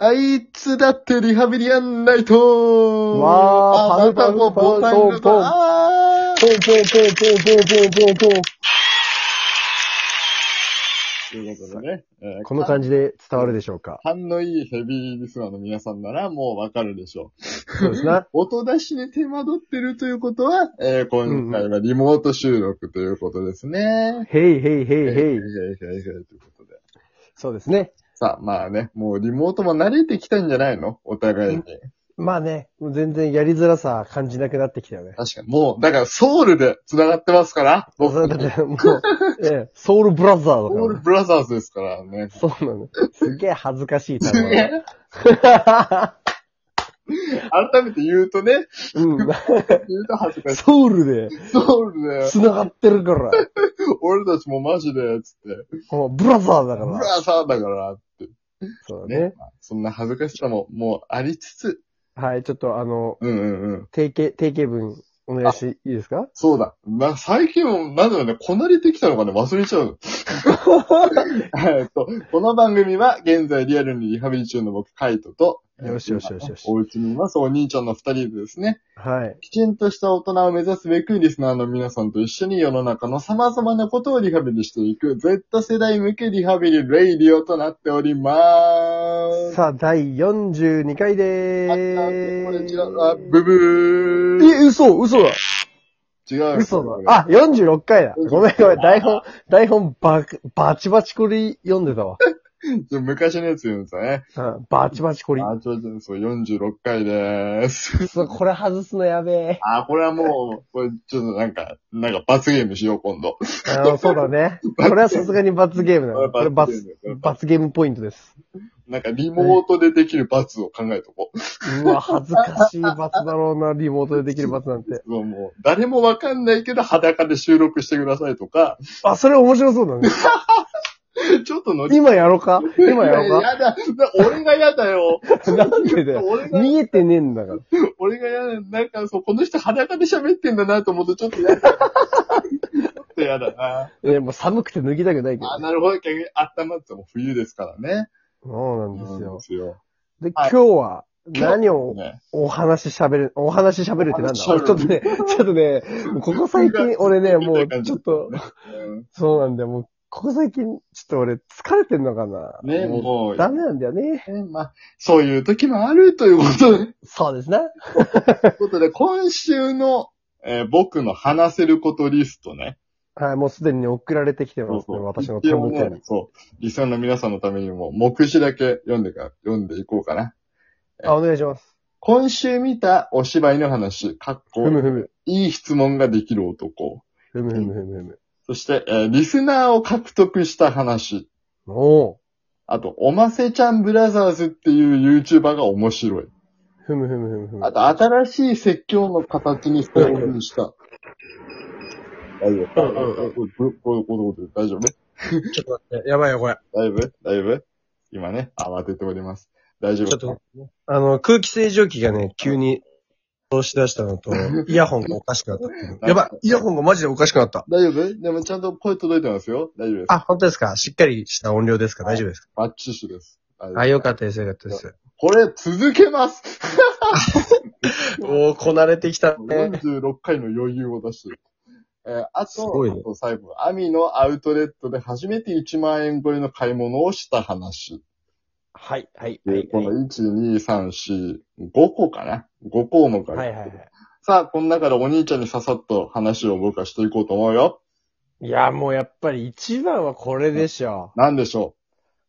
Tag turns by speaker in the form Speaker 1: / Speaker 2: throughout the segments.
Speaker 1: あいつだってリハビリやんないと
Speaker 2: わー
Speaker 1: あなたもボタンが
Speaker 2: ボンボンボン
Speaker 1: あ
Speaker 2: ポンポンポンポンポンポンポンポン。
Speaker 1: ーということでね。えー
Speaker 2: この感じで伝わるでしょうか。
Speaker 1: 勘のいいヘビーリスナーの皆さんならもうわかるでしょう。
Speaker 2: そうですな。
Speaker 1: 音出しに手間取ってるということは、えー今回はリモート収録ということですね。
Speaker 2: ヘイヘイヘイ
Speaker 1: へいへいへ
Speaker 2: ヘイ
Speaker 1: い。へいということで。
Speaker 2: そうですね。
Speaker 1: さあ、まあね、もうリモートも慣れてきたんじゃないのお互いに。
Speaker 2: まあね、もう全然やりづらさ感じなくなってきたよね。
Speaker 1: 確かに。もう、だからソウルで繋がってますから。僕
Speaker 2: そうだってもう、ええソウルブラザーだ
Speaker 1: ソウ
Speaker 2: か
Speaker 1: ル
Speaker 2: ら。
Speaker 1: ブラザーズですからね。
Speaker 2: そうなの。すげえ恥ずかしい単
Speaker 1: す
Speaker 2: 語
Speaker 1: げ
Speaker 2: だ。
Speaker 1: え改めて言うとね、
Speaker 2: うん。
Speaker 1: 言うと恥ずかしい。
Speaker 2: ソウルで
Speaker 1: ソウルで、
Speaker 2: 繋がってるから。
Speaker 1: 俺たちもマジで、つって、
Speaker 2: もうブラザーだか
Speaker 1: ブ
Speaker 2: ら。
Speaker 1: ラザーだから、
Speaker 2: そうだ
Speaker 1: ね
Speaker 2: ね。。
Speaker 1: まあそんな恥ずかしさも、もうありつつ、
Speaker 2: はい、ちょっとあの、
Speaker 1: うんうんうん。
Speaker 2: 定型、定型文お願いしていいですか
Speaker 1: そうだ。な、最近も、なんだろうね、こなれてきたのかね、忘れち ゃう。えっと、この番組は、現在リアルにリハビリ中の僕、カイトと、
Speaker 2: よしよしよしよし
Speaker 1: お家にいます、お兄ちゃんの二人でですね、
Speaker 2: はい。
Speaker 1: きちんとした大人を目指すべく、リスナーの皆さんと一緒に世の中の様々なことをリハビリしていく、Z 世代向けリハビリレイディオとなっておりまーす。
Speaker 2: さあ、第42回で
Speaker 1: あった
Speaker 2: ーす。
Speaker 1: これ違う、あ、ブブー。
Speaker 2: え、嘘、嘘だ。
Speaker 1: 違う。
Speaker 2: 嘘だ。あ、46回だ。ごめんごめん。台本、台本ば、バチバチこり読んでたわ。
Speaker 1: ちょ昔のやつ言うんですよね。
Speaker 2: うん、バチバチこり。
Speaker 1: あ、ちょちょ、そう、46回でーす。
Speaker 2: そう、これ外すのやべえ。
Speaker 1: あ、これはもう、これ、ちょっとなんか、なんか罰ゲームしよう、今度。
Speaker 2: あの、そうだね。これはさすがに罰ゲームだ。これ罰、罰ゲームポイントです。
Speaker 1: なんか、リモートでできる罰を考えとこう。
Speaker 2: うわ、恥ずかしい罰だろうな、 リモートでできる罰なんて。
Speaker 1: もうもう、誰もわかんないけど、裸で収録してくださいとか、
Speaker 2: あ、それ面白そうだね。
Speaker 1: ちょっと乗り、
Speaker 2: 今やろうか今やろう
Speaker 1: やだ、な俺がやだよ。
Speaker 2: かなんでだよ。
Speaker 1: 俺が、
Speaker 2: 見えてねえんだから。
Speaker 1: 俺がやだ。なんか、そう、この人裸で喋ってんだなと思うと、ちょっとやだ。ちょっとやだな。
Speaker 2: いや、もう寒くて脱ぎたくないけど
Speaker 1: あ、。なるほど。逆に温まっても冬ですからね。
Speaker 2: そうなんですよ。
Speaker 1: すよ。
Speaker 2: で、
Speaker 1: は
Speaker 2: 今
Speaker 1: い
Speaker 2: 日は何を
Speaker 1: ね。
Speaker 2: お話し喋る、お話し喋るってなんだち
Speaker 1: お
Speaker 2: ょ
Speaker 1: 話し
Speaker 2: っと
Speaker 1: 喋
Speaker 2: ね、 ちょっとね、ここ最近俺ね、もうちょっと、
Speaker 1: うん
Speaker 2: そうなんだよ、もう、ここ最近、ちょっと俺疲れてんのかな
Speaker 1: ね、もう、
Speaker 2: ダメなんだよね。
Speaker 1: ねまあ、そういう時もあるということで、 とい
Speaker 2: そうですな。
Speaker 1: うことで今週の、えー僕の話せることリストね。
Speaker 2: はい、もうすでに送られてきてますね、私の手元
Speaker 1: 一応ね
Speaker 2: に。
Speaker 1: そう。リスナーの皆さんのためにも、目次だけ読んでか、読んでいこうかな。
Speaker 2: あ、お願いします。
Speaker 1: 今週見たお芝居の話、かっ
Speaker 2: ふむ
Speaker 1: こ、
Speaker 2: ふむ。
Speaker 1: いい質問ができる男。
Speaker 2: ふむふむふむふむ。
Speaker 1: そして、えーリスナーを獲得した話。
Speaker 2: おー
Speaker 1: あと、おませちゃんブラザーズっていう YouTuber が面白い。
Speaker 2: ふむふむふむふむ
Speaker 1: あ。と、新しい説教の形に変換した。大丈夫。
Speaker 2: うんうんうん
Speaker 1: これこれこれこれ大丈夫
Speaker 2: ちょっと待って、やばいよ、これ。
Speaker 1: 大丈夫大丈夫今ね、慌てております。大丈夫
Speaker 2: ちょっと、あの、空気清浄機がね、急に、通し出したの と、イヤホンがおかしくなったっていう。やばい、イヤホンがマジでおかしくなった。
Speaker 1: 大丈夫でもちゃんと声届いてますよ大丈夫です。
Speaker 2: あ、本当ですかしっかりした音量ですか大丈夫ですか
Speaker 1: バッチシです。大丈夫
Speaker 2: あ、よかったです、よかったです。
Speaker 1: これ、続けます
Speaker 2: おー、こなれてきたね。
Speaker 1: !46 回の余裕を出してる。えーあ
Speaker 2: す
Speaker 1: と、
Speaker 2: ごいね
Speaker 1: あと最後、アミのアウトレットで初めて1万円超えの買い物をした話。
Speaker 2: はい、はい、は
Speaker 1: で、
Speaker 2: い。
Speaker 1: この1、2、3、4、5個かな ?5 項目ある。
Speaker 2: はい、はいは
Speaker 1: さあ、この中でお兄ちゃんにささっと話を僕はしていこうと思うよ。
Speaker 2: い。いや、もうやっぱり一番はこれでしょ
Speaker 1: なんでしょ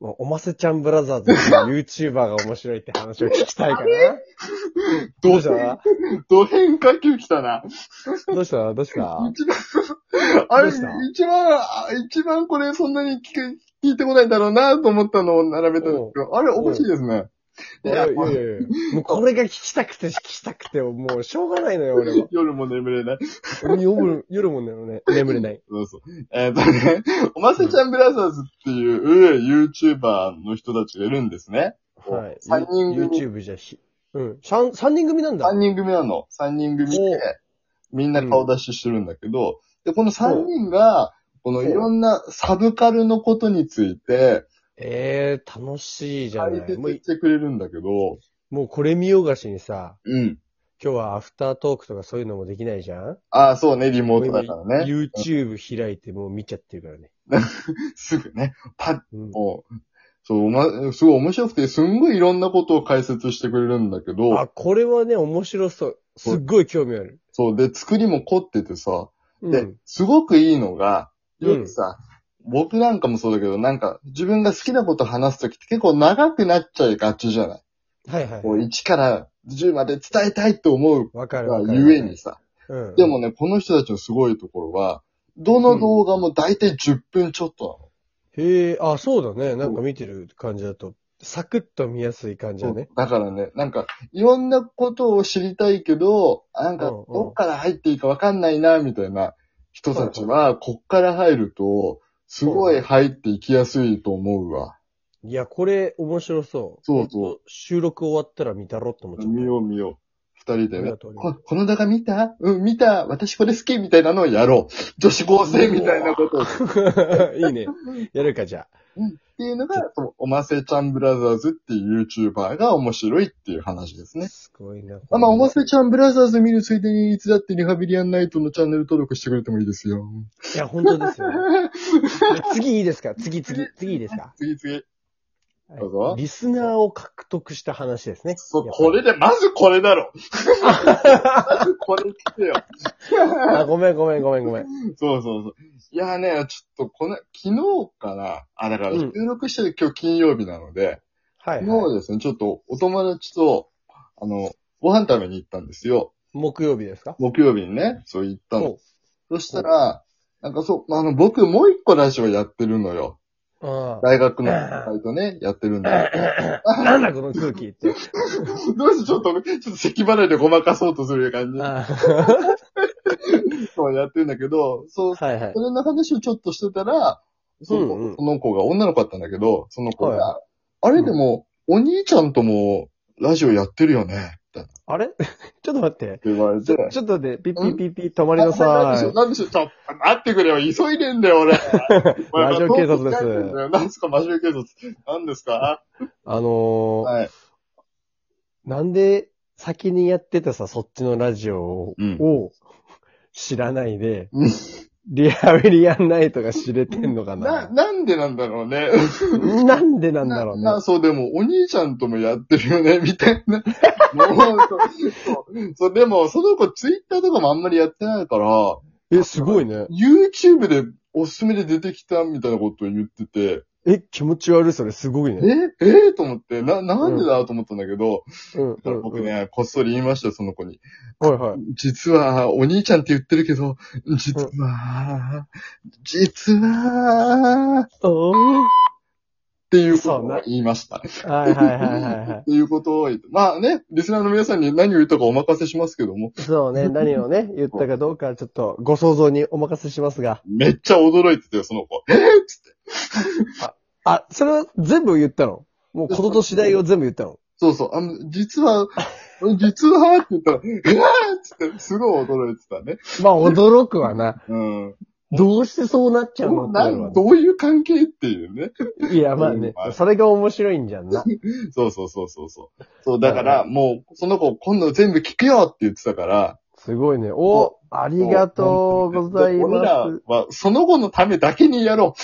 Speaker 2: う。もう、おませちゃんブラザーズの YouTuber が面白いって話を聞きたいからな。
Speaker 1: う
Speaker 2: ど
Speaker 1: ど
Speaker 2: うした
Speaker 1: ど変化球来たな。
Speaker 2: どうしたどうした
Speaker 1: 一番、あれ、
Speaker 2: どうした
Speaker 1: 一番、あ一番これそんなに聞く聞いてこないんだろうなと思ったのを並べたんですけど、あれ、おかしいですね。
Speaker 2: いやいやいやいやもうこれが聞きたくて、聞きたくて、もうしょうがないのよ、俺は。
Speaker 1: 夜も眠れない。
Speaker 2: 夜も、夜も ね、眠れない。
Speaker 1: そうそう。えっ、とね、おませちゃんブラザーズっていう、YouTuber の人たちがいるんですね。
Speaker 2: はい。
Speaker 1: 三人組
Speaker 2: YouTube じゃひ、うん。三、三人組なんだ。
Speaker 1: 三人組なの。三人組
Speaker 2: おう
Speaker 1: で、みんな顔出ししてるんだけど、で、この三人が、この
Speaker 2: う
Speaker 1: いろんなサブカルのことについて、
Speaker 2: ええー、楽しいじゃ
Speaker 1: 解
Speaker 2: ない。
Speaker 1: 説
Speaker 2: もう
Speaker 1: し、てくれるんだけど、
Speaker 2: もうこれ見よがしにさ、
Speaker 1: うん。
Speaker 2: 今日はアフタートークとかそういうのもできないじゃん
Speaker 1: ああ、そうね、リモートだからね。
Speaker 2: YouTube 開いてもう見ちゃってるからね。
Speaker 1: すぐね、パッ
Speaker 2: うん。
Speaker 1: と、そう、おま、すごい面白くて、すんごいいろんなことを解説してくれるんだけ
Speaker 2: あ、
Speaker 1: ど、
Speaker 2: これはね、面白そう。すっごい興味ある。
Speaker 1: そう、で、作りも凝っててさ、
Speaker 2: う
Speaker 1: で
Speaker 2: ん。、
Speaker 1: すごくいいのが、
Speaker 2: うん
Speaker 1: よくさ、僕なんかもそうだけど、なんか、自分が好きなこと話すときって結構長くなっちゃいがちじゃない
Speaker 2: はいはい
Speaker 1: こ。う、1から10まで伝えたいと思う
Speaker 2: わかる
Speaker 1: が
Speaker 2: わかる。
Speaker 1: ゆえに。さ。
Speaker 2: うん。
Speaker 1: でも、ね、この人たちのすごいところは、どの動画も大体10分ちょっと
Speaker 2: へえ、あ、そうだね。なんか見てる感じだと、サクッと見やすい感じ
Speaker 1: な
Speaker 2: だ
Speaker 1: の。
Speaker 2: ね。
Speaker 1: だからね、なんか、いろんなことを知りたいけど、なんか、
Speaker 2: うんうん
Speaker 1: どっから入っていいかわかんないな、みたいな人たちは、こっから入ると、すごい入っていきやすいと思うわ。
Speaker 2: いや、これ面白そう。
Speaker 1: そうそう
Speaker 2: ほんと収録終わったら見たろって思っちゃった。
Speaker 1: 見よう見よう。二人
Speaker 2: あ
Speaker 1: で
Speaker 2: り
Speaker 1: ね
Speaker 2: が。とうありが
Speaker 1: ことこの動画見たうん、見た。私これ好きみたいなのをやろう。女子高生みたいなことを。っ
Speaker 2: う いいね。やるか、じゃあ。
Speaker 1: ていうのが、そのおませちゃんブラザーズっていう YouTuber が面白いっていう話ですね。
Speaker 2: すごいな。
Speaker 1: あまあ、おませちゃんブラザーズ見るついでに、いつだってリハビリアンナイトのチャンネル登録してくれてもいいです よ。
Speaker 2: いや、本当ですよ。 次いいですか次、次、次いいですか
Speaker 1: 次次。
Speaker 2: はい
Speaker 1: どうぞ
Speaker 2: リスナーを獲得した話ですね。
Speaker 1: そう、
Speaker 2: やっぱり
Speaker 1: これで、まずこれだろ。まずこれ来てよ。
Speaker 2: あ、ごめんごめんごめんごめん。
Speaker 1: そうそうそう。いやね、ちょっとこの、昨日かな。あ、だから
Speaker 2: うん
Speaker 1: 収録してる今日金曜日なので、
Speaker 2: はい、
Speaker 1: 昨
Speaker 2: は
Speaker 1: 日ですね、ちょっとお友達と、あの、ご飯食べに行ったんですよ。
Speaker 2: い。木曜日ですか
Speaker 1: 木曜日にね、そう行ったの。
Speaker 2: そ
Speaker 1: そしたら、なんかそう、あの、僕もう一個ラジオやってるのよ。
Speaker 2: う。あ
Speaker 1: 大学のサイトね、やってるんだけ
Speaker 2: あ。なんだこの空気って。
Speaker 1: ど。どうしてちょっと、ちょっと咳払いでごまかそうとする感じ
Speaker 2: あー
Speaker 1: そうやってるんだけど、そう、そ
Speaker 2: はいはい。
Speaker 1: れの話をちょっとしてたら、その,、
Speaker 2: うんうん
Speaker 1: その子が、女の子だったんだけど、その子が、
Speaker 2: は
Speaker 1: あれでも、お兄ちゃんともラジオやってるよね、みたいなって
Speaker 2: あれ ちょっと待って。
Speaker 1: 言われ
Speaker 2: ち
Speaker 1: て
Speaker 2: ょ、ちょっと待って、ピッピッピッピッ、止まりなさ
Speaker 1: なんでしょ、
Speaker 2: い。
Speaker 1: なんでしょ、ちょっと、待ってくれよ、急いでんだ よ、俺。
Speaker 2: 魔女警察です
Speaker 1: 何ですか、魔女警察。何ですか
Speaker 2: あのー、
Speaker 1: はい。
Speaker 2: なんで先にやってたさ、そっちのラジオ
Speaker 1: うん
Speaker 2: を知らないで
Speaker 1: うん、
Speaker 2: リハビリやんないとか知れてんのか
Speaker 1: な、
Speaker 2: な
Speaker 1: なんでなんだろうね。
Speaker 2: なんでなんだろう
Speaker 1: なな
Speaker 2: ね。
Speaker 1: そう、でも、お兄ちゃんともやってるよね、みたい な。もう、そう、そう、でも、その子、ツイッターとかもあんまりやってないから、
Speaker 2: え、すごいね。
Speaker 1: YouTube でおすすめで出てきたみたいなことを言ってて、
Speaker 2: え、気持ち悪い、それ、すごい
Speaker 1: え
Speaker 2: ね。
Speaker 1: えと思って、な、なんでだと思ったんだけど、
Speaker 2: うん、うんうん
Speaker 1: 僕ね、こっそり言いましたよ、その子に。
Speaker 2: はいはい。
Speaker 1: 実は、お兄ちゃんって言ってるけど、実は、実は、っ
Speaker 2: おー
Speaker 1: ていうこと
Speaker 2: そう
Speaker 1: を
Speaker 2: な
Speaker 1: 言いました。っ
Speaker 2: はいはいはいはいは
Speaker 1: ていうことを言って、まあね、リスナーの皆さんに何を言ったかお任せしますけども、
Speaker 2: い。そうね、何をね、言ったかどうか、ちょっとご想像にお任せしますが。
Speaker 1: めっちゃ驚いてたよ、その子。
Speaker 2: あ、それは全部言ったのもうことと次第を全部言ったの
Speaker 1: そうそう、あの、実は、 実はって言ったら、 うわーっつって、すごい驚いてたね。
Speaker 2: まあ、驚くわな。
Speaker 1: うん。
Speaker 2: どうしてそうなっちゃうのってな
Speaker 1: な
Speaker 2: るわね
Speaker 1: どういう関係っていうね。
Speaker 2: いや、まあね、それが面白いんじゃんな。
Speaker 1: そうそうそうそうそう。そう、だから、もう、その子、今度全部聞くよって言ってたから、
Speaker 2: すごいね。お、ありがとうござい
Speaker 1: 俺ら
Speaker 2: ます。
Speaker 1: は、その後のためだけにやろう。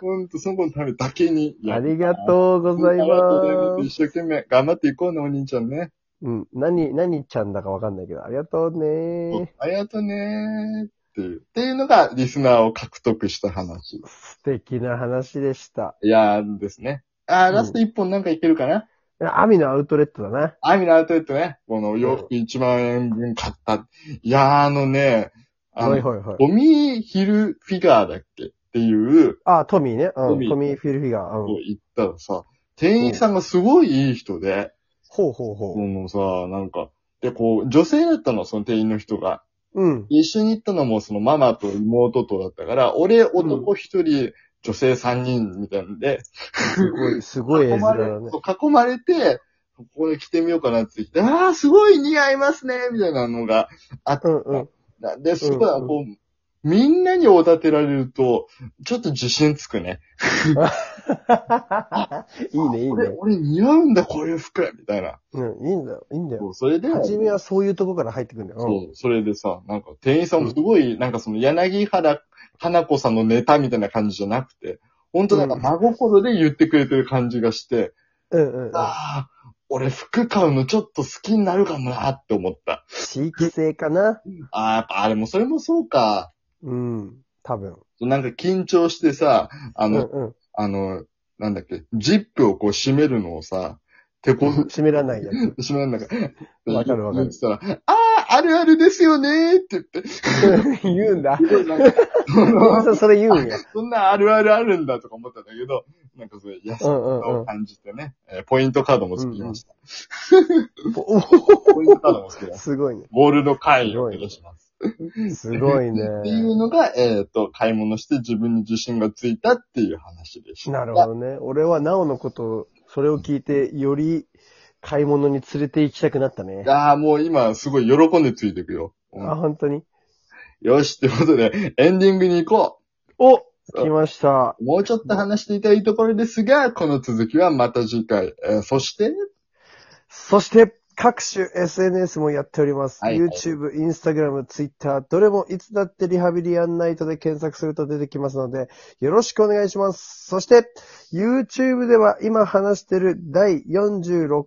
Speaker 1: ほんと、その後のためだけにや
Speaker 2: あ
Speaker 1: ろう。
Speaker 2: りがとうござい
Speaker 1: ありがとうございま。
Speaker 2: ます
Speaker 1: 一
Speaker 2: す。
Speaker 1: 生懸命頑張っていこうね、お兄ちゃんね。
Speaker 2: うん、何、何ちゃんだかわかんないけど、ありがとうね。
Speaker 1: ありがとうねーっていう。っていうのが、リスナーを獲得した話。
Speaker 2: 素敵な話でした。
Speaker 1: いやーですね。あー、
Speaker 2: うん
Speaker 1: ラスト一本なんかいけるかな、
Speaker 2: アミのアウトレットだな。
Speaker 1: アミのアウトレットね、この洋服1万円分買った。いやー、あのね、あ
Speaker 2: はい
Speaker 1: の、
Speaker 2: はいはい。
Speaker 1: ゴミヒルフィガーだっけっていう、
Speaker 2: あ、トミーね。
Speaker 1: ト
Speaker 2: う
Speaker 1: ミ
Speaker 2: ん、
Speaker 1: ー
Speaker 2: トミーフィルフィガー。うん。
Speaker 1: 行ったらさ、店員さんがすごいいい人で、
Speaker 2: ほうほうほう。
Speaker 1: もうさ、なんか、で、こう、女性だったの、その店員の人が。
Speaker 2: うん。
Speaker 1: 一緒に行ったのも、そのママと妹とだったから、俺男一人、女性三人みたいなんで、
Speaker 2: すごい、すごい絵
Speaker 1: 囲
Speaker 2: 面
Speaker 1: ま
Speaker 2: だ
Speaker 1: れ
Speaker 2: ね。
Speaker 1: そう囲まれて、ここに着てみようかなって言って、ああ、すごい似合いますねみたいなのが、
Speaker 2: うんうん。
Speaker 1: で、すごい、
Speaker 2: うんうん
Speaker 1: こう、みんなにおだてられると、ちょっと自信つくね。
Speaker 2: いいね、いい
Speaker 1: 俺、
Speaker 2: ね。
Speaker 1: 俺似合うんだ、こういう服みたいな。
Speaker 2: うん、いいんだよ、いいんだよ。
Speaker 1: そうそれで、
Speaker 2: 初めはそういうとこから入ってくんだよ。うん
Speaker 1: そう、それでさ、なんか店員さんもすごい、なんかその柳原花子さんのネタみたいな感じじゃなくて、本当なんか
Speaker 2: うん
Speaker 1: 真心で言ってくれてる感じがして、
Speaker 2: うんうんうん。
Speaker 1: ああ、俺服買うのちょっと好きになるかもなって思った。
Speaker 2: 地域性かな
Speaker 1: ああ、やっぱあれもそれもそうか。
Speaker 2: うん。多分。
Speaker 1: なんか緊張してさ、あ
Speaker 2: うん
Speaker 1: の、
Speaker 2: うん。
Speaker 1: あの、なんだっけ、ジップをこう閉めるのをさ、手こ、
Speaker 2: 湿らないや つ。
Speaker 1: 閉めるんだから。
Speaker 2: わかるわかる
Speaker 1: 言ってたら、ああ、あるあるですよねーって言って、
Speaker 2: 言うんだ。
Speaker 1: すごいなん か、その
Speaker 2: そそれ言うんや。
Speaker 1: そんなあるあるあるんだとか思ったんだけど、なんかそういう優し
Speaker 2: う
Speaker 1: さ
Speaker 2: んうんう
Speaker 1: を
Speaker 2: ん。
Speaker 1: 感じてね、えーポイントカードもつきました。
Speaker 2: お
Speaker 1: ポイントカードもつきま
Speaker 2: お
Speaker 1: した。
Speaker 2: すごいね。
Speaker 1: ゴールド会員を目指します。
Speaker 2: すごいね。
Speaker 1: っていうのが、えっ、と、買い物して自分に自信がついたっていう話でした。
Speaker 2: なるほどね。俺はなおのこと、それを聞いて、より買い物に連れて行きたくなったね。
Speaker 1: ああ、もう今すごい喜んでついてくよ。うん
Speaker 2: あ、本当に
Speaker 1: よし、ってことで、エンディングに行こ
Speaker 2: お来ました。
Speaker 1: う。もうちょっと話していたいところですが、この続きはまた次回。えーそして、
Speaker 2: そして、各種 SNS もやっております。
Speaker 1: はい
Speaker 2: YouTube、Instagram、Twitter、どれもいつだってリハビリアンナイトで検索すると出てきますので、よろしくお願いします。そして、YouTube では今話してる第46、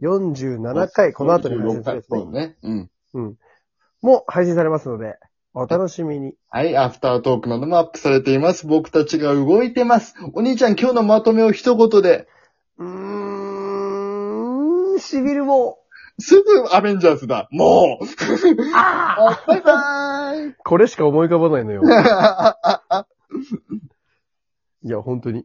Speaker 2: 47回、この後に配信するやつ
Speaker 1: そう
Speaker 2: ね
Speaker 1: ね。うん。
Speaker 2: もう配信されますので、お楽しみに。
Speaker 1: はい、アフタートークなどもアップされています。僕たちが動いてます。お兄ちゃん、今日のまとめを一言で、
Speaker 2: うーん、しびるも
Speaker 1: すぐアベンジャーズだ。もう
Speaker 2: う。あ
Speaker 1: あバイバ ーイ
Speaker 2: これしか思い浮かばないのよ。いや、本当に。